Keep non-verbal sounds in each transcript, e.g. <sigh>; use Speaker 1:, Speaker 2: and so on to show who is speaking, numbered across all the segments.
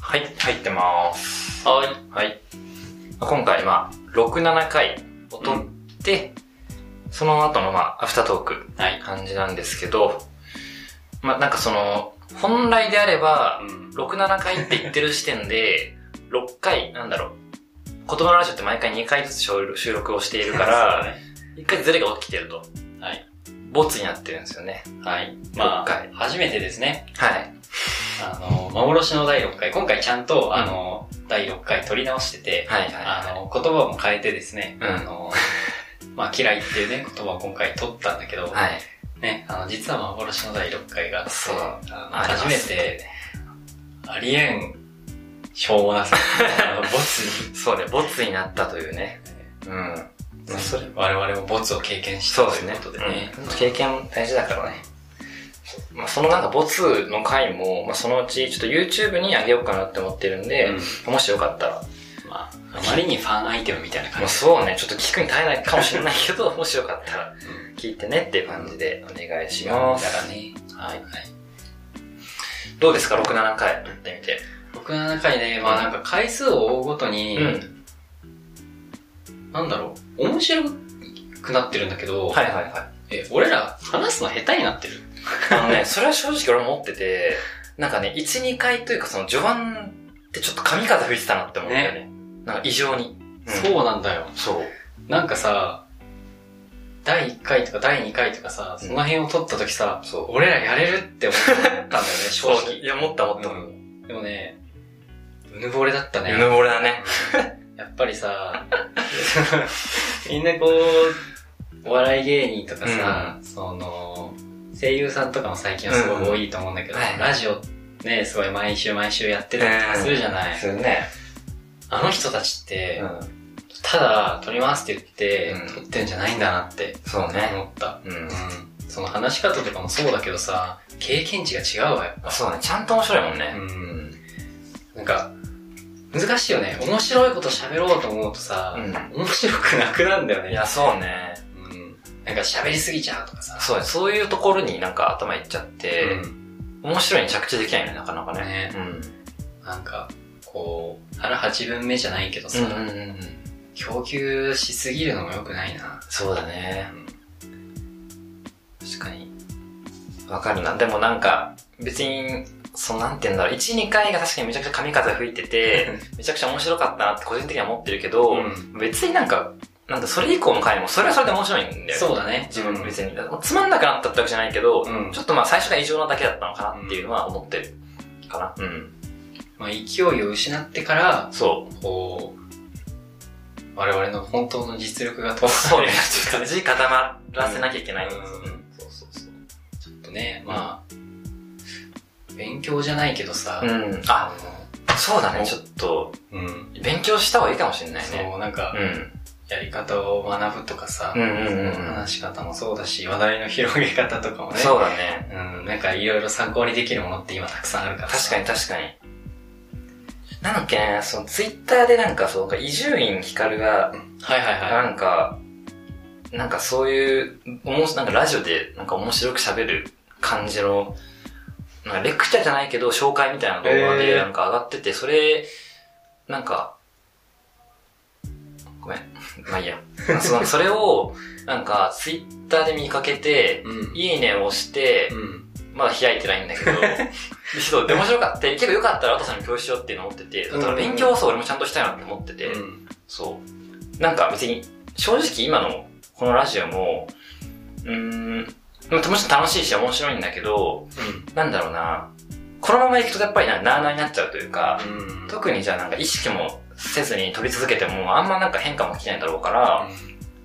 Speaker 1: はい、入ってます。
Speaker 2: はい。
Speaker 1: はい。今回、まあ、6、7回を撮って、その後の、まあ、アフタートーク、
Speaker 2: はい。
Speaker 1: 感じなんですけど、まあ、なんかその、本来であれば、
Speaker 2: うん。
Speaker 1: 6、7回って言ってる時点で、6回、 <laughs> なんだろう、言葉のラジオって毎回2回ずつ収録収録をしているか
Speaker 2: そう
Speaker 1: ら、
Speaker 2: ね、
Speaker 1: 1回ずれが起きてると。
Speaker 2: はい。
Speaker 1: ボツになってるんですよね。
Speaker 2: はい。ま
Speaker 1: 六回
Speaker 2: あ、初めてですね。
Speaker 1: はい。
Speaker 2: あの、幻の第6回。今回ちゃんと、あの、第6回撮り直してて、
Speaker 1: はいはい
Speaker 2: あ
Speaker 1: は
Speaker 2: の、言葉も変えてですね、
Speaker 1: うん
Speaker 2: あの、 <laughs> まあ、嫌いっていうね、言葉を今回撮ったんだけど、
Speaker 1: い。はい。
Speaker 2: ね、あの、実は幻の第6回があって、
Speaker 1: そう
Speaker 2: あの
Speaker 1: あります
Speaker 2: 初めて、ありえん、しょうもなさ、あのボツに、
Speaker 1: そうね、ボツになったというね。うん。
Speaker 2: まあ
Speaker 1: <laughs>
Speaker 2: それ我々もボツを経験した
Speaker 1: そう
Speaker 2: と
Speaker 1: です
Speaker 2: い
Speaker 1: ね
Speaker 2: うことでね。
Speaker 1: うん経験大事だからね。まあ、そのなんかボツの回も、まあ、そのうちちょっと YouTube に上げようかなって思ってるんで、もしよかったら、
Speaker 2: うんまあ、あまりにファンアイテムみたいな
Speaker 1: ま
Speaker 2: 感
Speaker 1: あ、
Speaker 2: じ
Speaker 1: そうね、ちょっと聞くに耐えないかもしれないけど、 <laughs> もしよかったら聞いてねっていう感じでお願いしま
Speaker 2: だ
Speaker 1: す。
Speaker 2: からね。はい。
Speaker 1: どうですか、6、7回やってみて。
Speaker 2: 僕の中にね、まあなんか回数を追うごとに、
Speaker 1: ん。
Speaker 2: なんだろう、面白くなってるんだけど、
Speaker 1: はいはいはい。
Speaker 2: え、俺ら話すの下手になってる
Speaker 1: あのね、それは正直俺も思ってて、なんかね、1、2回というかその序盤ってちょっと神風吹いてたなって思うんだよね。なんか異常に。うん。
Speaker 2: そうなんだよ。
Speaker 1: そう。
Speaker 2: なんかさ、第1回とか第2回とかさ、
Speaker 1: うん
Speaker 2: その辺を撮った時さ、
Speaker 1: そう
Speaker 2: 俺らやれるって思ったんだよね、正
Speaker 1: <laughs> そう
Speaker 2: 直。
Speaker 1: いや、もったもった。
Speaker 2: う
Speaker 1: うぬ
Speaker 2: でもね、うぬぼれだったね。
Speaker 1: ぼれだね。
Speaker 2: やっぱりさ、 <laughs> みんなこう、お笑い芸人とかさ、その、声優さんとかも最近はすごい多いと思うんだけど、
Speaker 1: うんうん
Speaker 2: ラジオね、すごい毎週毎週やってたりとかするじゃない。
Speaker 1: するね。
Speaker 2: あの人たちって、
Speaker 1: うん。
Speaker 2: ただ撮りますって言って、
Speaker 1: うん
Speaker 2: 撮ってんじゃないんだなって
Speaker 1: そうね。
Speaker 2: 思った。
Speaker 1: うん。
Speaker 2: うん。その話し方とかもそうだけどさ、経験値が違うわよ。
Speaker 1: そうね、ちゃんと面白いもんね。
Speaker 2: ん。なんか、難しいよね。面白いこと喋ろうと思うとさ、面白くなくなんだよ
Speaker 1: うん。
Speaker 2: ね。
Speaker 1: いや、そうね。
Speaker 2: うん。なんか喋りすぎちゃうとかさ。
Speaker 1: そうね、そういうところになんか頭いっちゃって、
Speaker 2: うん
Speaker 1: 面白いに着地できないよね、なかなかね
Speaker 2: ね。
Speaker 1: うん。
Speaker 2: なんか、こう、腹八分目じゃないけどさ、
Speaker 1: うんうんうん。
Speaker 2: 供給しすぎるのも良くないな。
Speaker 1: そうだね。確かに。わかるな。でもなんか、別に、そうなんて言うんだろう。1、2回が確かにめちゃくちゃ神風吹いてて、 <laughs> めちゃくちゃ面白かったなって個人的には思ってるけど、
Speaker 2: うん
Speaker 1: 別になんか、なんだ、それ以降の回も、それはそれで面白いんだよね。
Speaker 2: そうだね。
Speaker 1: 自分も別に。つまんなくなったってわけじゃないけど、
Speaker 2: うん
Speaker 1: ちょっとまあ最初が異常なだけだったのかなっていうのは思ってるかな。うん。
Speaker 2: まあ、勢いを失ってから、
Speaker 1: そ
Speaker 2: こう、我々の本当の実力が問
Speaker 1: う。そ
Speaker 2: わ
Speaker 1: う
Speaker 2: れ
Speaker 1: ね <laughs>
Speaker 2: る。。
Speaker 1: 地固まらせなきゃいけない。
Speaker 2: うん
Speaker 1: そうそうそう。
Speaker 2: ちょっとね、まあ、勉強じゃないけどさ、
Speaker 1: うん。あ、
Speaker 2: あ
Speaker 1: そうだね。ちょっと、
Speaker 2: の、うん。
Speaker 1: 勉強した方がいいかもしれないね。
Speaker 2: そう、なんか
Speaker 1: う、ん。
Speaker 2: やり方を学ぶとかさ、
Speaker 1: うんうんうん
Speaker 2: 話し方もそうだし、話題の広げ方とかもね、
Speaker 1: そうだね。
Speaker 2: うん、なんかいろいろ参考にできるものって今たくさんあるから
Speaker 1: 確かに確かに。なんだっけね、そのツイッターでなんかそうか、伊集院光が、
Speaker 2: に。はいはいはい。
Speaker 1: なんか、なんかそういう、おもしなんかラジオでなんか面白く喋る感じの、なんかレクチャーじゃないけど紹介みたいな動画で
Speaker 2: えー
Speaker 1: なんか上がってて、それ、なんか、ごめん。 <laughs> まあいいや。そのそれを、なんかツイッターで見かけて、
Speaker 2: うん。
Speaker 1: いいねを押して、
Speaker 2: うん。
Speaker 1: まだ開いてないんだ
Speaker 2: <laughs>
Speaker 1: けど、そう、で面白かった。結構よかったら、私さんに共有しようっていうのを思ってて、だから勉強はそう、俺もちゃんとしたいなって思ってて、
Speaker 2: うん
Speaker 1: そう。なんか別に、正直今のこのラジオも、うーん、まあもちろん楽しいし面白いんだけど、なんだろうな、このまま行くとやっぱりな、なあなあになっちゃうというか、
Speaker 2: うん。
Speaker 1: 特にじゃあなんか意識もせずに飛び続けても、あんまなんか変化も起きないだろうから、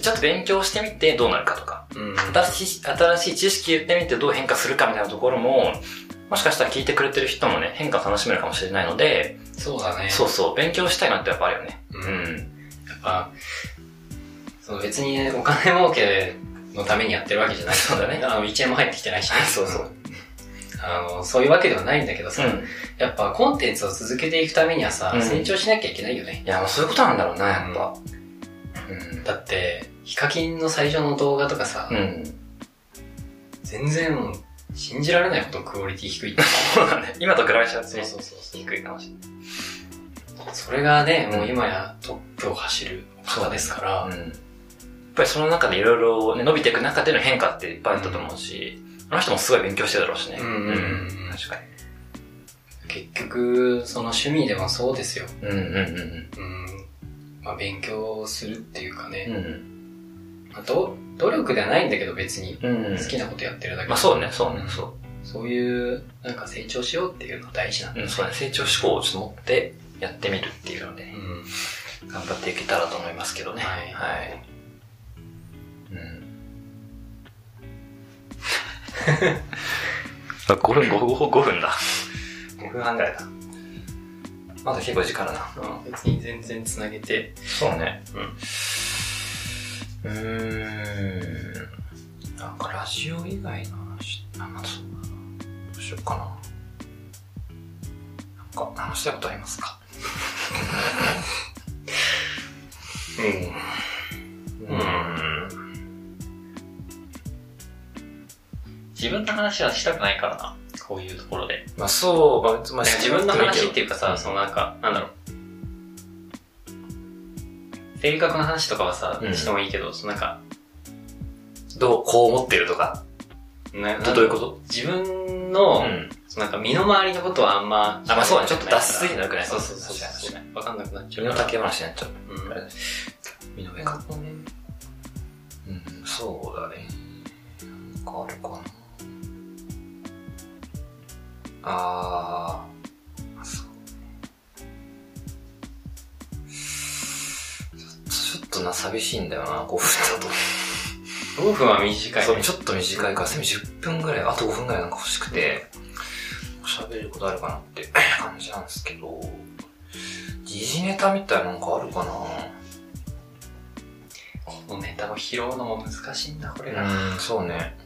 Speaker 1: ちょっと勉強してみてどうなるかとか、
Speaker 2: うん。
Speaker 1: 新しい、新しい知識言ってみてどう変化するかみたいなところも、もしかしたら聞いてくれてる人もね、変化を楽しめるかもしれないので、
Speaker 2: そうだね。
Speaker 1: そうそう、勉強したいなってやっぱあるよね。
Speaker 2: うん。
Speaker 1: う
Speaker 2: やっ
Speaker 1: ん。
Speaker 2: ぱ、その別にねお金儲けのためにやってるわけじゃない。
Speaker 1: そうだね。
Speaker 2: あの、1円も入ってきてないしね。
Speaker 1: <laughs> そうそうん
Speaker 2: あの、そういうわけではないんだけどさ、
Speaker 1: うん。
Speaker 2: やっぱコンテンツを続けていくためにはさ、
Speaker 1: うん
Speaker 2: 成長しなきゃいけないよね。
Speaker 1: いや、もうそういうことなんだろうな、やっぱ。うん。
Speaker 2: だって、ヒカキンの最初の動画とかさ、
Speaker 1: うん。
Speaker 2: 全然
Speaker 3: 信じられないほどクオリティ低いって。
Speaker 1: そうだね。今と比べちゃうと
Speaker 3: そう
Speaker 1: ね、
Speaker 3: そうそうそう。
Speaker 1: 低いかもしれ
Speaker 3: それがね、
Speaker 1: うん
Speaker 3: もう今やトップを走る方ですから、
Speaker 1: ない。うん。やっぱりその中でいろいろね伸びていく中での変化っていっぱいあったと思うし、あの人もすごい勉強してるだろうしね。
Speaker 3: うんうんうん
Speaker 1: 確かに。
Speaker 3: 結局、その趣味でもそうですよ。
Speaker 1: うんうんうん
Speaker 3: うん。まあ、勉強をするっていうか
Speaker 1: うん。
Speaker 3: ね。
Speaker 1: うん
Speaker 3: まあ、ど努力ではないんだけど別に、
Speaker 1: うんうん。
Speaker 3: 好きなことやってるだけ。
Speaker 1: まあそうね、そうね、そ
Speaker 3: そういう、なんか成長しようっていうのは大事なん
Speaker 1: う。
Speaker 3: だ。
Speaker 1: うん、そうね。成長志向をちょっと持ってやってみるっていうので、
Speaker 3: うん。
Speaker 1: 頑張っていけたらと思いますけどね。
Speaker 3: はい
Speaker 1: はい。うん。 <laughs> あ、5分、5分、5分だ。5分半ぐらいだ。まだ結構時間あるな。うん。
Speaker 3: 別に全然つなげて、
Speaker 1: そうね。
Speaker 3: うん。
Speaker 1: うーん。なんかラジオ以外の話、あ、まあそうだな。どうしようかな。なんか話したいことありますか
Speaker 3: うん
Speaker 1: ん。
Speaker 2: 自分の話はしたくないからな。こういうところで。
Speaker 1: まあそう、まあ、まあ、
Speaker 2: 自分の話って
Speaker 1: い
Speaker 2: いうかさ、そのなんか、なんだろう。性格の話とかはさ、
Speaker 1: うん
Speaker 2: してもいいけど、そのなんか、
Speaker 1: う。どう、こう思ってるとか。
Speaker 2: な
Speaker 1: どどういうこと
Speaker 2: 自分の、
Speaker 1: ん。
Speaker 2: そのなんか身の回りのことはあんま、
Speaker 1: あまあそうだねちょっと脱水になるくらい
Speaker 2: そうそうそう
Speaker 1: 確かに確
Speaker 2: そう。わかんなくなっち
Speaker 1: 身
Speaker 2: ゃう
Speaker 1: の
Speaker 2: から。
Speaker 1: 丈話になっちゃう。
Speaker 2: うん
Speaker 1: あれ身の上か。うん、そうだね。なんかあるかな。あー、そうね。ちょちょっとな、寂しいんだよな、5分だと。
Speaker 2: 5分は短いね。
Speaker 1: そう、ちょっと短いから、せめて10分ぐらい、あと5分ぐらいなんか欲しくて、喋ることあるかなって感じなんですけど、時事ネタみたいななんかあるかな
Speaker 3: このネタを拾うのも難しいんだ、これが。
Speaker 1: うん、そうね。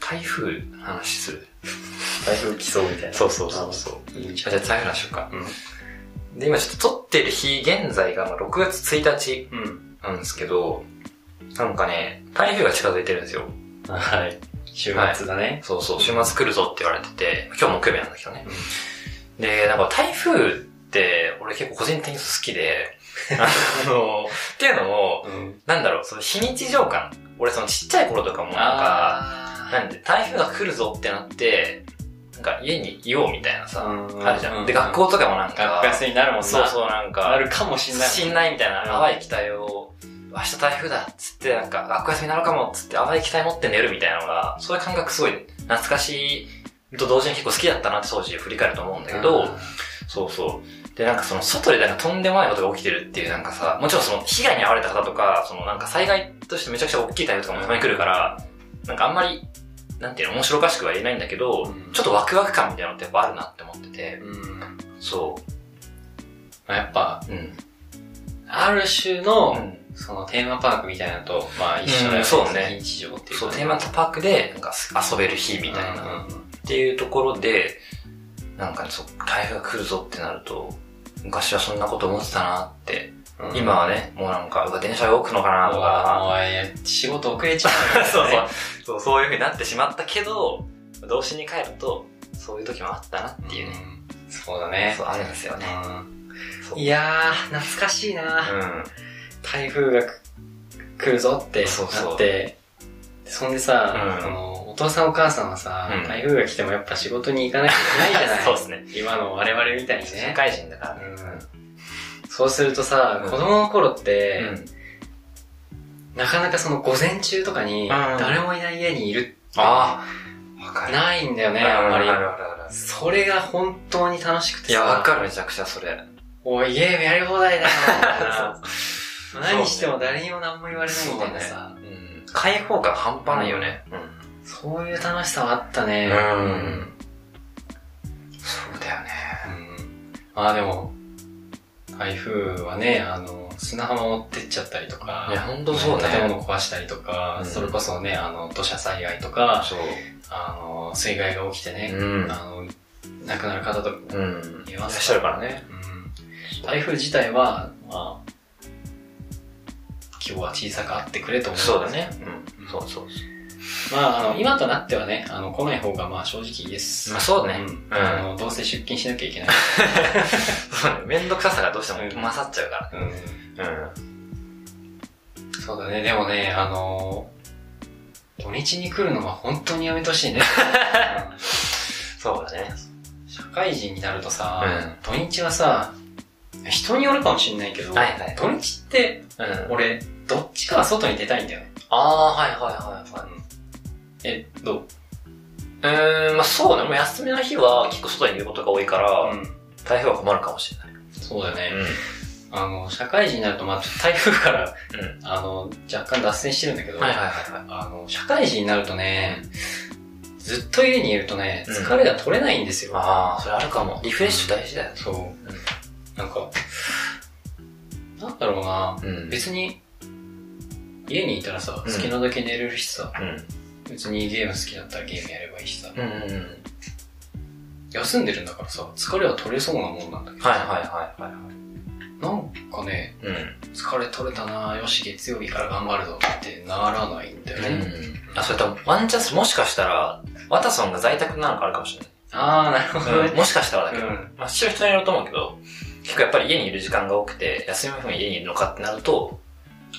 Speaker 1: 台風の話する。
Speaker 2: 台風来そうみたいな。
Speaker 1: うそう
Speaker 2: そう
Speaker 1: そう。
Speaker 2: いいんじ
Speaker 1: あじゃ
Speaker 2: ゃな
Speaker 1: あ
Speaker 2: い
Speaker 1: 台風の話しようか。で、今ちょっと撮ってる日、現在がまあ6月1日
Speaker 2: うん。うん。
Speaker 1: なんですけど、なんかね、台風が近づいてるんですよ。
Speaker 2: はい。週末だね。
Speaker 1: そうそう、週末来るぞって言われてて、今日木曜日なんだけどね。で、なんか台風って、俺結構個人的に好きで、 <laughs> あの、っていうのも、
Speaker 2: うん。
Speaker 1: なんだろう、その非日常感。俺そのちっちゃい頃とかもなんか、
Speaker 2: あ
Speaker 1: なんで台風が来るぞってなって、なんか家にいようみたいなさ、あるじゃん。で、学校とかもなん
Speaker 2: 学
Speaker 1: か
Speaker 2: 校、休みになるもんな。
Speaker 1: そうそうなんか、
Speaker 2: なるかもしんないもん。
Speaker 1: しんないみたいな
Speaker 2: うん
Speaker 1: 淡い期待を、明日台風だっつって、なんか、学校休みになるかもっつって淡い期待持って寝るみたいなのが、そういう感覚すごい懐かしいと同時に結構好きだったなって当時振り返ると思うんだけど、そうそう。で、なんかその外でなんかとんでもないことが起きてるっていうなんかさ、もちろんその被害に遭われた方とか、そのなんか災害としてめちゃくちゃ大きい台風とかもたまに来るから、なんかあんまり、なんていうの、面白おかしくは言えないんだけど、
Speaker 2: うん
Speaker 1: ちょっとワクワク感みたいなのってやっぱあるなって思ってて、
Speaker 2: うん。ま
Speaker 1: そ
Speaker 2: あやっぱ、
Speaker 1: う。うん。
Speaker 2: ある種
Speaker 1: う
Speaker 2: の、
Speaker 1: ん
Speaker 2: そのテーマパークみたいなのと、まあ一緒だよ
Speaker 1: うんそうね
Speaker 2: 非日常っていう
Speaker 1: そう、
Speaker 2: か
Speaker 1: テーマパークで、なんか遊べる日みたいな、っていうところで、なんかそう、台風が来るぞってなると、昔はそんなこと思ってたなって、
Speaker 2: うんうん
Speaker 1: 今はね、もうなんか、うわ電車が動くのかなとか、
Speaker 2: おいおい仕事遅れちゃう、
Speaker 1: <laughs> そうそう。そう、そういう風になってしまったけど、童心に帰ると、そういう時もあったなっていうね。
Speaker 2: うんそうだね。
Speaker 1: そう、あるんですよね。
Speaker 2: うんいやー、懐かしいな、
Speaker 1: う
Speaker 2: 台風がく来るぞって
Speaker 1: そうそう
Speaker 2: なって、そんでさ、
Speaker 1: うん
Speaker 2: そのお父さんお母さんはさ、
Speaker 1: うん
Speaker 2: 台風が来てもやっぱ仕事に行かなきゃいけないじゃな
Speaker 1: <laughs>
Speaker 2: い
Speaker 1: そうっすね。
Speaker 2: 今の我々みたいに
Speaker 1: ん。社
Speaker 2: ね。
Speaker 1: 会人だからね。
Speaker 2: うんそうするとさ、
Speaker 1: うん
Speaker 2: 子供の頃っ
Speaker 1: う
Speaker 2: て、
Speaker 1: ん。
Speaker 2: なかなかその午前中とかに、
Speaker 1: ん
Speaker 2: 誰もいない家にいるって、
Speaker 1: ああ、わかる。
Speaker 2: ないんだよね、あんまり
Speaker 1: あ。るあるあるある
Speaker 2: それが本当に楽しくて
Speaker 1: い
Speaker 2: さ。
Speaker 1: や、わかる、めちゃくちゃそれ。
Speaker 2: おい、ゲームやり放題だよ、みたいな
Speaker 1: <laughs> そう
Speaker 2: 何しても誰にも何も言われないみたいなさ。
Speaker 1: うん開放感半端ないよね。
Speaker 2: そういう楽しさはあった
Speaker 1: う
Speaker 2: ね。うん。
Speaker 1: そうだよね。
Speaker 2: まあでも、台風はね、あの、砂浜持ってっちゃったりとか
Speaker 1: い、や、ほんとそうね。
Speaker 2: 建物壊したりとか、
Speaker 1: うん
Speaker 2: それこそね、あの、土砂災害とか、
Speaker 1: そう。
Speaker 2: あの、水害が起きてね、
Speaker 1: うん
Speaker 2: あの、亡くなる方とか、
Speaker 1: うん。
Speaker 2: います
Speaker 1: しゃるからね。
Speaker 2: うん台風自体は、まあ、規模は小さくあってくれと思う。
Speaker 1: そうだね。
Speaker 2: う
Speaker 1: うんん。そうそうそう。
Speaker 3: まあ、あの、今となってはね、あの、来ない方がまあ正直いいです。
Speaker 1: まあそうね
Speaker 3: ん
Speaker 1: ん
Speaker 3: あの、どうせ出勤しなきゃいけない。
Speaker 1: そうねめんどくささがどうしても
Speaker 3: うん
Speaker 1: 勝っちゃうか
Speaker 3: うん。
Speaker 1: ら。
Speaker 2: そうだね、でもね、あのー土日に来るのは本当にやめてほ
Speaker 1: <laughs>
Speaker 2: しいね。
Speaker 1: そうだね。
Speaker 2: 社会人になるとさ、
Speaker 1: うん
Speaker 2: 土日はさ、人によるかもしんないけど、
Speaker 1: はいはい
Speaker 2: 土日って
Speaker 1: うん。
Speaker 2: 俺、どっちかは外に出たいんだよね。
Speaker 1: あー、はいはいはいはい。
Speaker 2: え、どう
Speaker 1: うーん、まあそうね。もう休みの日は結構外にいることが多いから、
Speaker 2: ん。
Speaker 1: 台風は困るかもしれない。
Speaker 2: そうだよね。
Speaker 1: う
Speaker 2: あの、社会人になると、まあ、台風から、
Speaker 1: う
Speaker 2: あの、若干脱線してるんだけど、
Speaker 1: ん。はいはいはいはい。
Speaker 2: あの、社会人になるとね、ずっと家にいるとね、
Speaker 1: うん
Speaker 2: 疲れが取れないんですよ。
Speaker 1: あー、それあるかも。リフレッシュ大事だよ。
Speaker 2: そう。なんか、なんだろうな、
Speaker 1: うん
Speaker 2: 別に、家にいたらさ、好きなだけ寝れるしさ、
Speaker 1: う
Speaker 2: 別にゲーム好きだったらゲームやればいいしさ、
Speaker 1: ん。うんうんうん。
Speaker 2: 休んでるんだからさ、疲れは取れそうなもんなんだけ
Speaker 1: はいはいはいはいはい。
Speaker 2: ど、なんかね、
Speaker 1: うん。
Speaker 2: 疲れ取れたなよし、月曜日から頑張るぞってならないんだよね。
Speaker 1: あ、それともワンチャンスもしかしたら、ワタソンが在宅なのかあるかもしれ
Speaker 2: あー、なるほど
Speaker 1: ない。
Speaker 2: ね。
Speaker 1: もしかしたらだ
Speaker 2: う
Speaker 1: けど。
Speaker 2: ん。
Speaker 1: まあ、知る人によると思うけど、結構やっぱり家にいる時間が多くて、休みの日も家にいるのかってなると、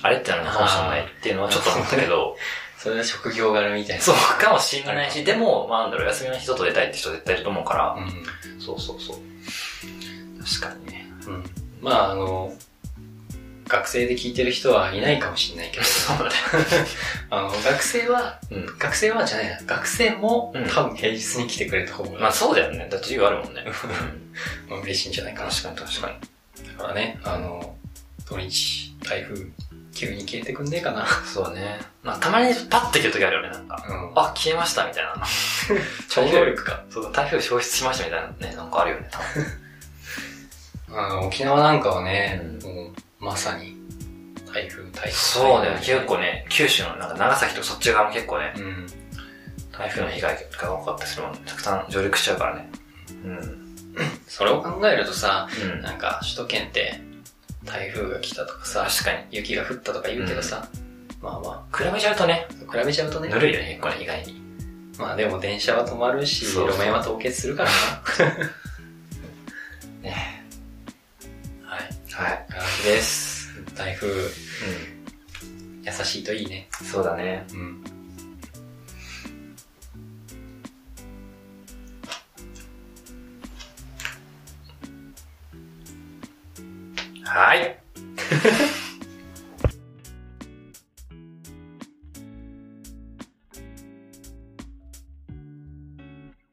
Speaker 1: あれってなるのかもしれないっていうのはちょっと思ったけど、 <laughs>
Speaker 2: それは職業柄みたいな。
Speaker 1: そうかもしれないし、でも、まあなんだろう、休みの日外出たいって人絶対いると思うから、
Speaker 2: うん。
Speaker 1: そうそうそう。確かにね。
Speaker 2: うんまああの、学生で聞いてる人はいないかもしれないけど、
Speaker 1: そうだね。
Speaker 2: <laughs> あの、学生は、
Speaker 1: うん。
Speaker 2: 学生はじゃないな、学生も、
Speaker 1: うん
Speaker 2: 多分平日に来てくれた方が、
Speaker 1: まあそうだよね。だって自由あるもんね。うん
Speaker 2: まあ嬉しいんじゃないかな。
Speaker 1: 確かに確かに。
Speaker 2: だからね、あの、土日、台風、急に消えてくんねえかな。
Speaker 1: そうね。まあたまにパッて消る時あるよね、なんか。 <laughs>
Speaker 2: うん。
Speaker 1: あ、消えましたみたい <laughs> な。
Speaker 2: 超能力か。
Speaker 1: そうだ、台風消失しましたみたいなね、なんかあるよね、多分。
Speaker 2: あの沖縄なんかはね、
Speaker 1: う
Speaker 2: もう、まさに、台風、台風。
Speaker 1: そうだよね。結構ね、九州のなんか長崎とかそっち側も結構ね、
Speaker 2: うん。
Speaker 1: 台風の被害が多かったりするもんねたくさん上陸しちゃうからね。うん。うん。
Speaker 2: それを考えるとさ、なんか、首都圏って、台風が来たとかさ、
Speaker 1: 確かに。
Speaker 2: 雪が降ったとか言うけどさ、まあま
Speaker 1: 比べちゃうとね
Speaker 2: あ、、比べちゃうとね
Speaker 1: ぬ、るいよね、結構ね、意外に。
Speaker 2: まあでも電車は止まるし、
Speaker 1: そうそう
Speaker 2: 路面は凍結するから
Speaker 1: ね
Speaker 2: な。はい。
Speaker 1: はい。
Speaker 2: 感じです。台風、
Speaker 1: う
Speaker 2: 優しいといいね。
Speaker 1: ん。そうだね。
Speaker 2: うん。
Speaker 1: はい。